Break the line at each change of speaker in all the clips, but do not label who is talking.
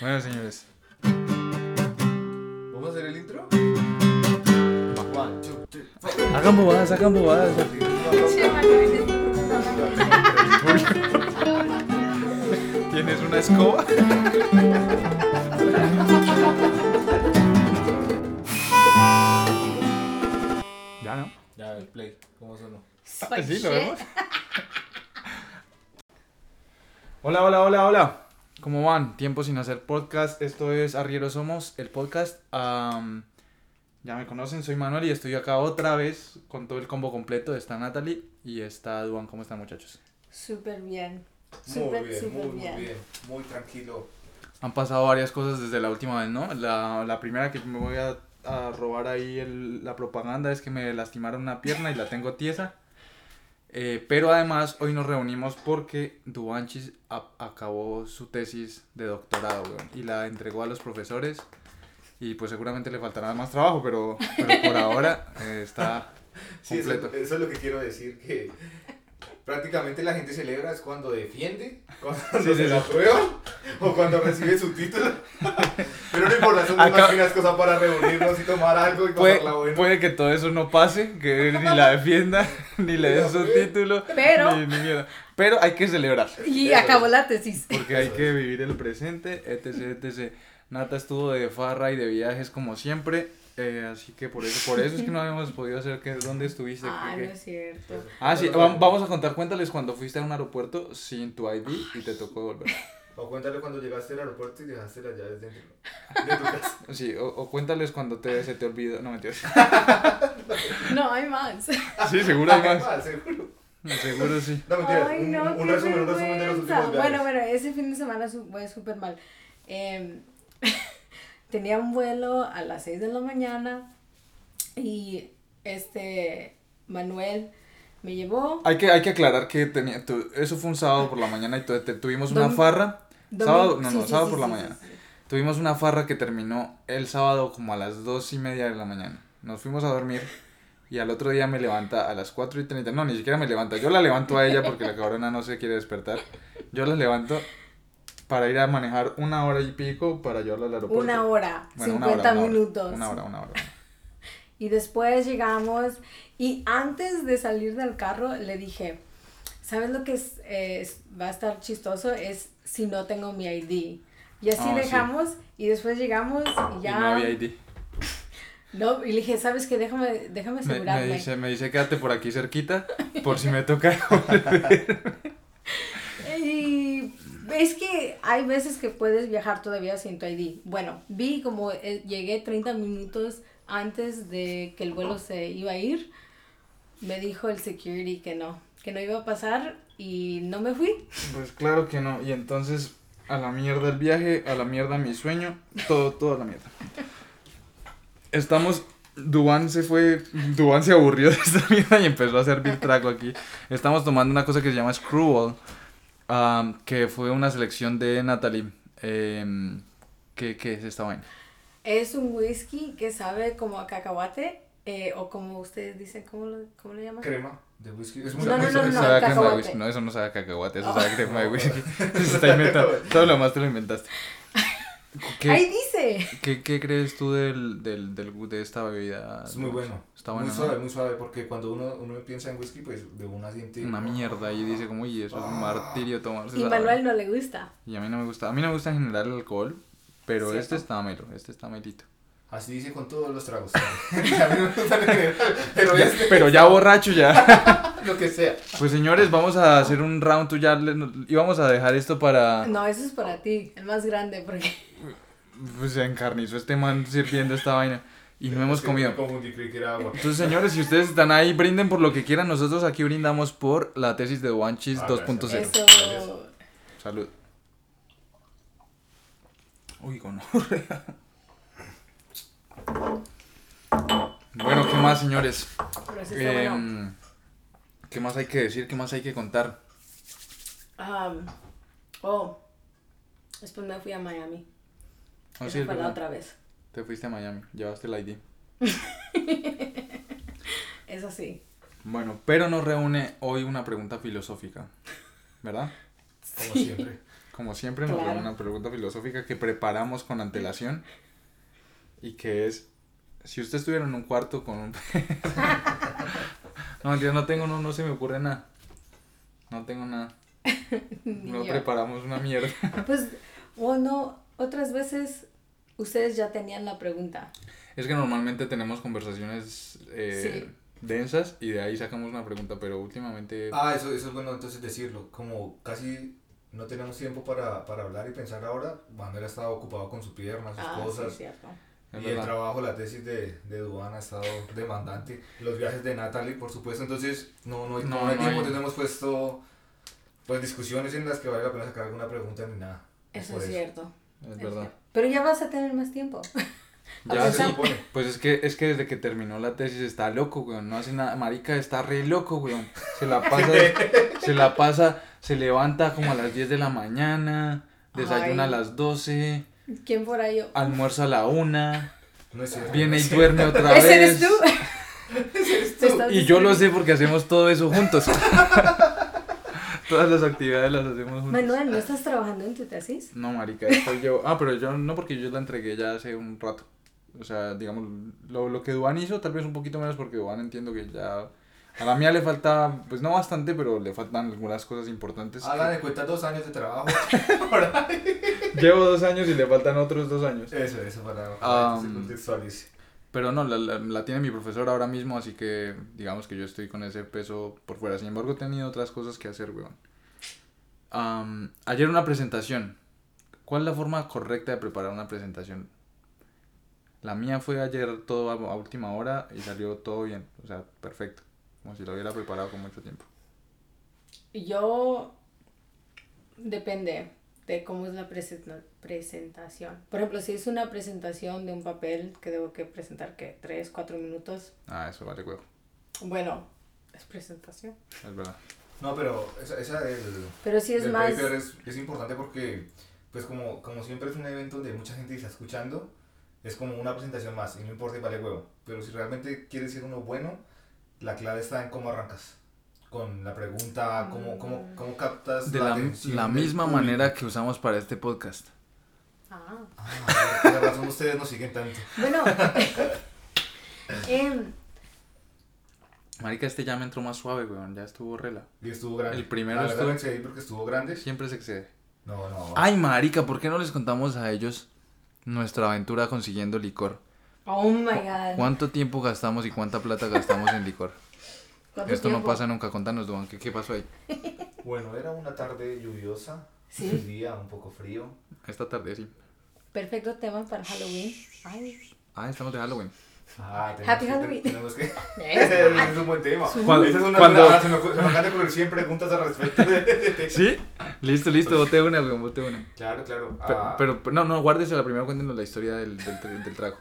Bueno, señores.
¿Vamos a hacer el intro? One, two, three, four.
Hagan bobadas, hagan bobadas. ¿Tienes una escoba? ya, ¿no?
Ya, el play. ¿Cómo sonó?
Ah, sí, lo vemos. Hola, hola, hola, hola. ¿Cómo van? Tiempo sin hacer podcast. Esto es Arriero Somos, el podcast. Am, ya me conocen, soy Manuel y estoy acá otra vez con todo el combo completo. Está Natalie y está Duan. ¿Cómo están, muchachos?
Súper bien.
Muy
Súper,
bien,
súper
muy, muy
bien.
bien. Muy tranquilo.
Han pasado varias cosas desde la última vez, ¿no? La, la primera que me voy a, a robar ahí el- la propaganda es que me lastimaron una pierna y la tengo tiesa. Eh, pero además hoy nos reunimos porque Duanchis a- acabó su tesis de doctorado weón, y la entregó a los profesores y pues seguramente le faltará más trabajo, pero, pero por ahora eh, está
Sí, eso,
completo.
eso es lo que quiero decir, que prácticamente la gente celebra es cuando defiende, cuando
sí,
se
sí.
la aprueba o cuando recibe su título. Pero no importa, son
Acá-
unas finas cosas para reunirnos y tomar algo y
Puede,
pasarla bueno.
puede que todo eso no pase, que él ni la defienda, ni le den su título,
Pero-
ni- ni mierda. pero hay que celebrar.
Y
Eso es.
acabó la tesis.
Porque hay que vivir el presente, etc, etc. Nata estuvo de farra y de viajes como siempre, eh, así que por eso, por eso es que no habíamos podido hacer que dónde estuviste.
Ah,
que-
no
que-
es
Pues,
cierto.
Ah, sí, vam- vamos a contar, cuéntales cuando fuiste a un aeropuerto sin tu ID y te tocó volver.
O cuéntale cuando llegaste al aeropuerto y dejaste las llaves dentro de tu casa.
Sí, o, o cuéntales cuando te, se te olvidó, no mentiras.
No, hay más.
Sí, seguro hay más.
Ah, seguro.
Seguro sí.
No, mentira,
Ay,
un,
no,
un
qué
resumen, un resumen de los
vergüenza.
últimos viajes.
Bueno, bueno, ese fin de semana su- fue súper mal. Eh, tenía un vuelo a las 6 de la mañana y este Manuel me llevó.
Hay que, hay que aclarar que tenía, tu- eso fue un sábado por la mañana y tu- te- tuvimos una
Domi-
farra.
domingo-
Sábado, no,
sí,
no,
sí,
sábado
sí,
por la
sí,
mañana.
sí, sí.
Tuvimos una farra que terminó el sábado como a las dos y media de la mañana. Nos fuimos a dormir y al otro día me levanta a las 4 y 30. No, ni siquiera me levanta. Yo la levanto a ella porque la cabrona no se quiere despertar. Yo la levanto para ir a manejar una hora y pico para llevarla al aeropuerto.
Una hora,
Bueno,
50
una hora, una hora,
minutos.
Una hora, una hora.
Y después llegamos y antes de salir del carro le dije, ¿sabes lo que es, eh, es- va a estar chistoso? Es si no tengo mi ID. Y así
Ah, sí.
dejamos y después llegamos y ya...
Y no había ID.
No, y le dije, ¿sabes qué? Déjame, déjame
Me, me
asegurarme.
dice, me dice, quédate por aquí cerquita por si me toca.
Y Eh, es que hay veces que puedes viajar todavía sin tu ID. Bueno, vi como eh, llegué 30 minutos antes de que el vuelo se iba a ir. Me dijo el security que no, que no iba a pasar y no me fui.
Pues claro que no. Y entonces a la mierda el viaje, a la mierda mi sueño, todo, todo a la mierda. Estamos, Duan se fue, Duan se aburrió de esta mierda y empezó a hacer beer trago aquí. Estamos tomando una cosa que se llama Screwball, am, que fue una selección de Natalie. Em, ¿qué, qué es esta vaina?
Es un whisky que sabe como a cacahuate eh, o como ustedes dicen, ¿cómo lo, cómo lo llaman?
Crema de whisky. Es
No, no,
eso,
no,
eso
no,
sabe a crema de
cacahuate.
whisky. No, eso no sabe a cacahuate, eso
Oh.
sabe a crema de whisky. Se está inventando. Todo lo más te lo inventaste. ¿Qué-
Ahí dice.
¿Qué, qué crees tú del, del, del gu- de esta bebida?
Ah, Es muy bueno.
Está bueno.
Muy
¿no?
suave, muy suave, porque cuando uno, uno piensa en whisky, pues de una siente...
Una mierda y dice como, uy, eso es un martirio tomarse.
Y
esa
Manuel
vaina".
no le gusta.
Y a mí no me gusta, a mí no me gusta en general el alcohol, pero
¿Cierto?
este está melo, este está melito.
Así dice con todos los tragos. A mí no me gusta en general, pero
Ya-
este,
pero ya borracho ya.
lo que sea.
Pues señores, vamos a hacer un round tú ya le- íbamos a dejar esto para
No, eso es para ti, el más grande, porque
pues se encarnizó este man sirviendo esta vaina y no hemos
Sí,
comido.
Me confundí, creí que era agua.
Entonces, señores, si ustedes están ahí, brinden por lo que quieran. Nosotros aquí brindamos por la tesis de Wanchis
Ah,
2.0.
eso...
Gracias.
Salud. Uy, con Bueno, ¿qué más, señores?
pero eso está bueno.
Em, ¿Qué más hay que decir? ¿Qué más hay que contar?
Um, oh, después me fui a Miami.
Ah,
Esa
sí, es
fue la
verdad.
otra vez.
Te fuiste a Miami, llevaste el ID.
Es así.
Bueno, pero nos reúne hoy una pregunta filosófica, ¿verdad?
Como siempre.
como siempre, nos
Claro.
llegó una pregunta filosófica que preparamos con antelación y que es, si usted estuviera en un cuarto con un pez... no, mentira, no tengo, no, no se me ocurre nada. No tengo nada.
Ni
No
yo.
preparamos una mierda.
Pues, o no, otras veces ustedes ya tenían la pregunta.
Es que normalmente tenemos conversaciones eh, densas y de ahí sacamos una pregunta, pero últimamente...
Ah, eso, eso es bueno entonces decirlo. Como casi no tenemos tiempo para, para hablar y pensar ahora, Manuel ha estado ocupado con su pierna, sus
Ah, sí,
cosas.
cierto.
es
y el
verdad.
trabajo, la tesis de, de Duan ha estado demandante. Los viajes de Natalie, por supuesto. Entonces, no, no, hay-
No,
no hay
no
tiempo.
hay.
Tenemos puesto pues discusiones en las que vale la pena sacar alguna pregunta ni nada.
Eso
Por
es cierto.
Es
es
verdad.
cierto. Pero ya vas a tener más tiempo.
Ya
Ya, sí.
se supone.
Pues es que, es que desde que terminó la tesis está loco, weón. No hace nada. Marica está re loco, weón. Se la pasa, se la pasa, se levanta como a las 10 de la mañana, desayuna
Ay.
a las 12,
¿Quién por ahí?
almuerza a la 1,
No es cierto.
viene y duerme otra vez.
¿Ese eres tú? Te estás
Y yo lo
describiendo.
sé porque hacemos todo eso juntos. Todas las actividades las hacemos juntos.
Manuel, ¿no estás trabajando en tu tesis?
No, marica, esto yo. Ah, pero yo no, porque yo la entregué ya hace un rato. O sea, digamos, lo, lo que Duan hizo, tal vez un poquito menos, porque Duan entiendo que ya. A la mía le falta, pues no bastante, pero le faltan algunas cosas importantes.
Hagan Pues, de cuenta dos años de trabajo.
Llevo dos años y le faltan otros dos años.
eso, eso para, para
Ah,
que se contextualice.
Pero no, la, la- la tiene mi profesor ahora mismo, así que digamos que yo estoy con ese peso por fuera. Sin embargo, he tenido otras cosas que hacer, weón. Am, ayer una presentación. ¿Cuál es la forma correcta de preparar una presentación? La mía fue ayer todo a, a última hora y salió todo bien, o sea, perfecto. Como si lo hubiera preparado con mucho tiempo.
Yo depende de cómo es la presenta- presentación. Por ejemplo, si es una presentación de un papel que debo que presentar que tres, cuatro minutos,
Ah, eso vale, huevo.
bueno, es presentación.
Es verdad.
No, pero esa, esa del,
Pero si es
del
más
paper es, es importante porque, pues como, como siempre es un evento donde mucha gente está escuchando, es como una presentación más y no importa y vale huevo. Pero si realmente quieres ser uno bueno, la clave está en cómo arrancas. Con la pregunta,
Mm.
cómo, cómo, cómo captas
De la,
atención
la
del
misma
público.
manera que usamos para este podcast.
Ah.
Ah, por esa razón ustedes no siguen tanto.
Bueno. em,
Marica, este ya me entró más suave, weón. Ya estuvo rela.
Y estuvo grande.
El primero
La verdad
estuvo-
me excedí porque estuvo grande.
Siempre se excede.
No, no.
Ay, marica, ¿por qué no les contamos a ellos nuestra aventura consiguiendo licor?
oh my god.
¿Cuánto tiempo gastamos y cuánta plata gastamos en licor?
¿Cuánto
Esto no
tiempo?
pasa nunca. Contanos, Duan, ¿qué, qué pasó ahí?
Bueno, era una tarde lluviosa.
Sí.
Un día un poco frío.
Esta tarde, sí.
Perfecto tema para Halloween. Ay.
Ah, estamos de Halloween.
Ah,
Happy
que-
Halloween.
tenemos que...
Eh,
Ese es un buen tema.
Cuando-
Esa es una-
cuando-
ah, se me ocu- se me acaban de ocurrir 100 preguntas al respecto.
¿Sí? Listo, listo, boté una, weón, boté una.
Claro, claro.
Pe-
Ah,
Pero, pero- no, no, guárdese la primera, cuéntenos la historia del, del, tr- del trago.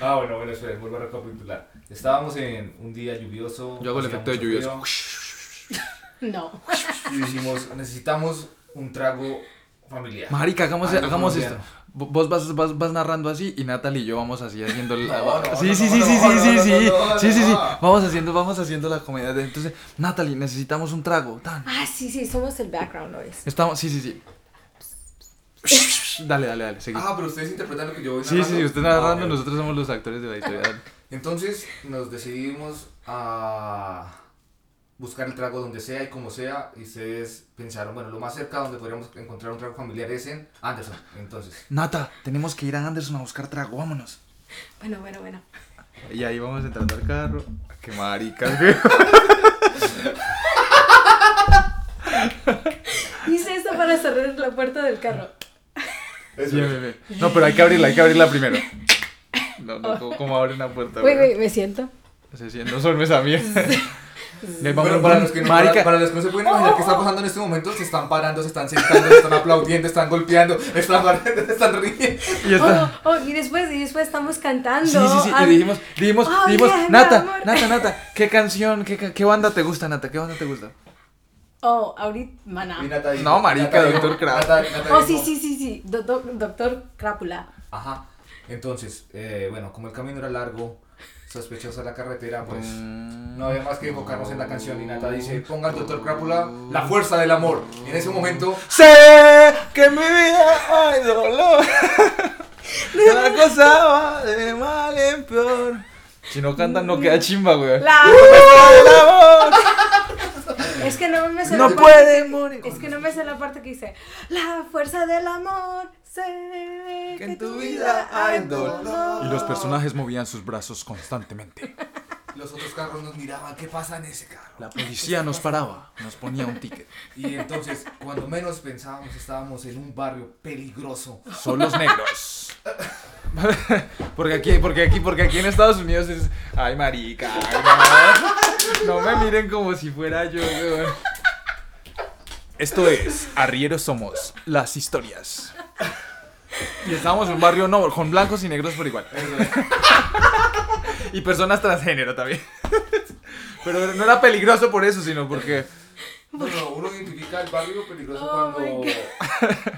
ah, bueno, bueno, esperen, vuelvo a recapitular. Estábamos en un día lluvioso.
Yo hago el
hacía
efecto de
mucho
lluvioso.
No.
frío, Y dijimos, necesitamos un trago familiar.
Marica, hagamos, e-,
Algo
hagamos esto.
colombiano.
V- Vos vas, vas, vas narrando así y Natalie y yo vamos así haciendo la...
No, no,
sí,
no,
sí,
no,
sí,
no,
sí,
no,
sí, sí,
no,
sí,
no, no, no,
sí, sí, sí.
no.
Vamos haciendo, vamos haciendo la comedia. de- Entonces, Natalie, necesitamos un trago. Tan.
Ah, sí, sí, somos el background noise.
Estamos, sí, sí, sí. Dale, dale, dale, seguí.
Ah, pero ustedes interpretan lo que yo voy
Sí, sí, sí,
narrando.
usted narrando,
Ah, ok.
nosotros somos los actores de la historia. dale.
Entonces nos decidimos a buscar el trago donde sea y como sea. Y ustedes pensaron, bueno, lo más cerca donde podríamos encontrar un trago familiar es en Anderson. Entonces,
Nata, tenemos que ir a Anderson a buscar trago, vámonos.
Bueno, bueno, bueno.
Y ahí vamos entrando al carro. Ah, Qué maricas, güey.
Hice esto para cerrar la puerta del carro.
Bien, bien, bien. No, pero hay que abrirla, hay que abrirla primero. No, no, ¿cómo, cómo abre una puerta?
Güey,
güey?
güey, me siento.
Sí, sí, no son esa mierda. Les vamos
Bueno,
a-
Eh, para, los que no,
marica,
para- para los que no se pueden imaginar qué está pasando en este momento, se están parando, se están sentando, se están aplaudiendo, están golpeando, están, barriendo, se están riendo.
y está.
Oh, oh, y después, y después estamos cantando.
Sí, sí, sí, y
Ay,
dijimos, dijimos,
Ay,
dijimos,
mi
Nata,
amor".
Nata, Nata, ¿qué canción, qué, ca- qué banda te gusta, Nata? ¿Qué banda te gusta?
Oh, ahorita, maná.
Y Nata dijo-
No, marica,
Nata dijo-
doctor Kraft.
Nata- Nata
Oh,
dijo-
sí, sí, sí, sí. do- do- doctor Crápula.
Ajá. Entonces, eh, bueno, como el camino era largo, sospechosa la carretera, pues
Mm.
no había más que enfocarnos en la canción. Y Nata dice, ponga al doctor Crápula la fuerza del amor. En ese momento,
Sé que mi vida hay dolor. La cosa va de mal en peor. Si no cantan, no queda chimba, güey.
La-
El amor
Es que no me sé
no
la parte-
puede morir.
Es que no me sé la parte que dice La fuerza del amor sé
Que en tu vida hay dolor. Y los personajes movían sus brazos constantemente.
los otros carros nos miraban, ¿qué pasa en ese carro?
La policía nos paraba, nos ponía un ticket.
Y entonces, cuando menos pensábamos, estábamos en un barrio peligroso.
Son los negros. Porque aquí, porque aquí, porque aquí en Estados Unidos es. Ay, marica, ay, no. No me miren como si fuera yo, weón. Esto es Arrieros Somos, las historias. Y estábamos en un barrio no, con blancos y negros por igual. Y personas transgénero también. Pero no era peligroso por eso, sino porque.
No, no, uno identifica el barrio peligroso
Oh my
cuando,
God.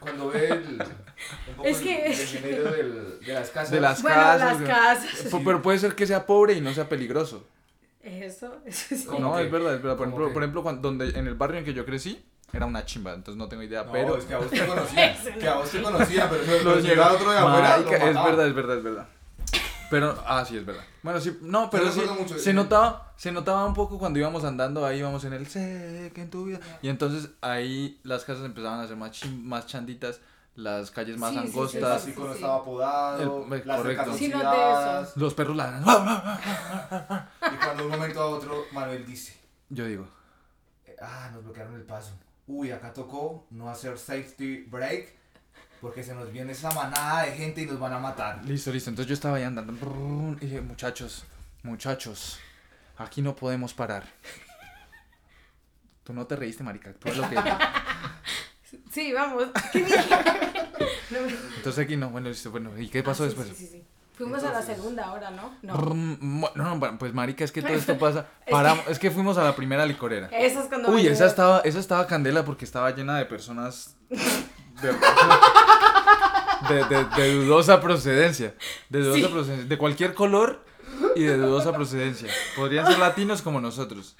cuando ve el, un poco
Es que-
el, el género del- de las casas.
De las
Bueno,
casas.
las
weón.
casas.
Pu- Pero puede ser que sea pobre y no sea peligroso.
Eso, eso sí.
¿Cómo?
No,
que-
es verdad, es verdad. Por
como
ejemplo,
que-
por ejemplo cuando- donde, en el barrio en que yo crecí, era una chimba, entonces no tengo idea,
No,
pero...
es que a vos te conocían. que a vos te conocían, pero eso-
Los
pero si era
llegó-
otro de afuera.
Marica,
lo
es
mataban.
verdad, es verdad, es verdad. Pero, ah, sí, es verdad. Bueno, sí, no, pero sí,
recuerdo mucho,
se,
eh,
notaba, se notaba un poco cuando íbamos andando, ahí íbamos en el sé que en tu vida. Y entonces ahí las casas empezaban a ser más, chim- más chanditas, las calles más
Sí, sí, sí,
El
angostas,
plástico
Sí,
no
sí.
estaba podado,
El- eh,
las
correcto.
cercas
Sí, no, de
oxidadas,
los perros ladran.
Y cuando de un momento a otro, Manuel dice:
Yo digo,
Ah, nos bloquearon el paso. Uy, acá tocó no hacer safety break porque se nos viene esa manada de gente y nos van a matar.
Listo, listo. Entonces yo estaba ahí andando. brrrr, Y dije, muchachos, muchachos, aquí no podemos parar. Tú no te reíste, marica. Tú haz lo que...
Sí, vamos. ¿Qué dije? No me-
Entonces aquí no. Bueno, listo. Bueno, ¿y qué pasó
Ah, sí,
después?
sí, sí, sí. Fuimos a la
Entonces-
segunda hora, ¿no? No.
Brrrr, mo- No, no, pues marica, es que todo esto pasa. Paramos. Es que fuimos a la primera licorera.
Eso es cuando.
Uy,
me-
esa estaba, esa estaba candela porque estaba llena de personas de, de, de- de dudosa procedencia. De dudosa
Sí.
procedencia. De cualquier color y de dudosa procedencia. Podrían ser latinos como nosotros.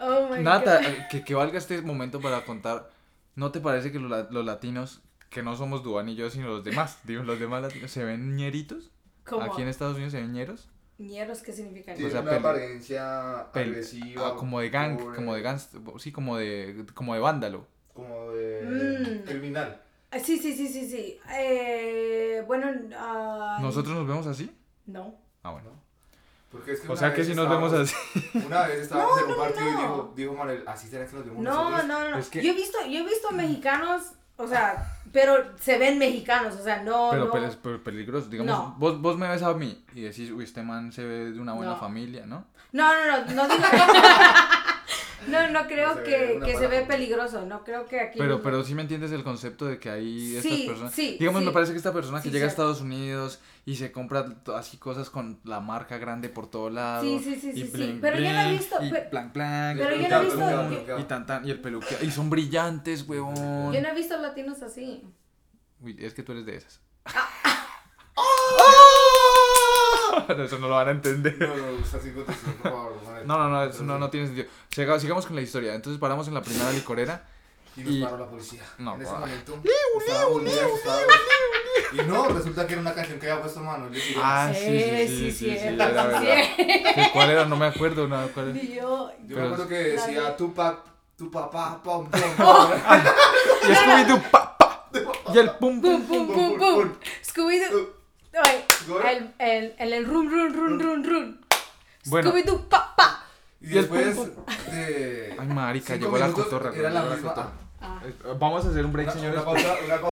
Oh my
Nata,
God.
eh, que, que valga este momento para contar. ¿No te parece que los, la- los latinos, que no somos Duan y yo, sino los demás, digo, los demás latinos, se ven ñeritos?
¿Cómo?
Aquí en Estados Unidos se ven ñeros.
¿Ñeros qué significa?
Sí. O
Tiene
sea,
una
pel-
apariencia
pel-
agresiva.
ah, como de gang,
pobre,
como de gangster, sí, como de, como de vándalo.
Como de
Mm.
criminal.
Ah, Sí, sí, sí, sí, sí. Eh, bueno, ah,
¿Nosotros nos vemos así?
No.
Ah, bueno.
Porque es que
O
una
sea que
vez
si nos vemos
estábamos-
así.
Una vez estábamos en un
no,
partido
no.
y dijo, dijo Manuel, así será que nos vemos
No, no,
nosotros.
no. no.
Es que- Mm.
Yo he visto, yo he visto mexicanos, o sea, pero se ven mexicanos, o sea, no,
Pero,
no.
pero es pero peligroso. Digamos,
No.
vos, vos me ves a mí y decís, uy, este man se ve de una buena
No.
familia, ¿no?
No, no, no, no digo. no, no creo
Se ve
que,
una
que se
mala
ve
forma.
peligroso, no creo que aquí.
Pero, pero sí me entiendes el concepto de que hay estas
Sí,
personas.
sí,
Digamos, me
sí.
parece que esta persona que
Sí,
llega a
cierto.
Estados Unidos y se compra to- así cosas con la marca grande por todo lado.
Sí, sí, sí,
y
sí, sí.
bling,
Pero yo no he
bling,
visto-
Y
pe-
plan, plan.
pero
y
yo no he
tan,
visto-
tan,
yo-
Y tan, tan, y el peluqueado. Y son brillantes, huevón.
Yo no he visto latinos así.
Uy, es que tú eres de esas.
Ah.
No, Eso no lo van a entender.
No, no, está sin contexto, por favor, Manuel.
No, no, no, eso no, no tiene sentido. Siga- sigamos con la historia. Entonces paramos en la primera licorera.
Y nos
y-
paró la policía.
No,
en ese
guau.
momento. estábamos muy asustados. Y no, resulta que era una canción que había puesto Manuel. de Quiroga.
Ah, sí, sí, sí, sí, sí, era verdad. ¿Qué- ¿Cuál era? No me acuerdo. No, ¿cuál era?
Y yo.
Yo
pero-
me acuerdo que
La
decía
de-
tu pa, tu papá, pom, pom,
Oh,
Y Scooby-Doo, pa, pa. Y el pum,
¡Pum,
pum.
pum,
pum,
pum,
pum, pum!
pum.
Scooby-Doo. Ay, El, el, el, el run, run, run, run, run.
Bueno.
Scooby-Doo, pa, pa.
Y
Y el
después
pum,
de.
Ay, marica,
cinco
llegó la
minutos,
cotorra.
Era la
llegó la
misma.
cotorra.
Ah.
Eh, Vamos a hacer un break,
Una,
señores.
una pausa, una pausa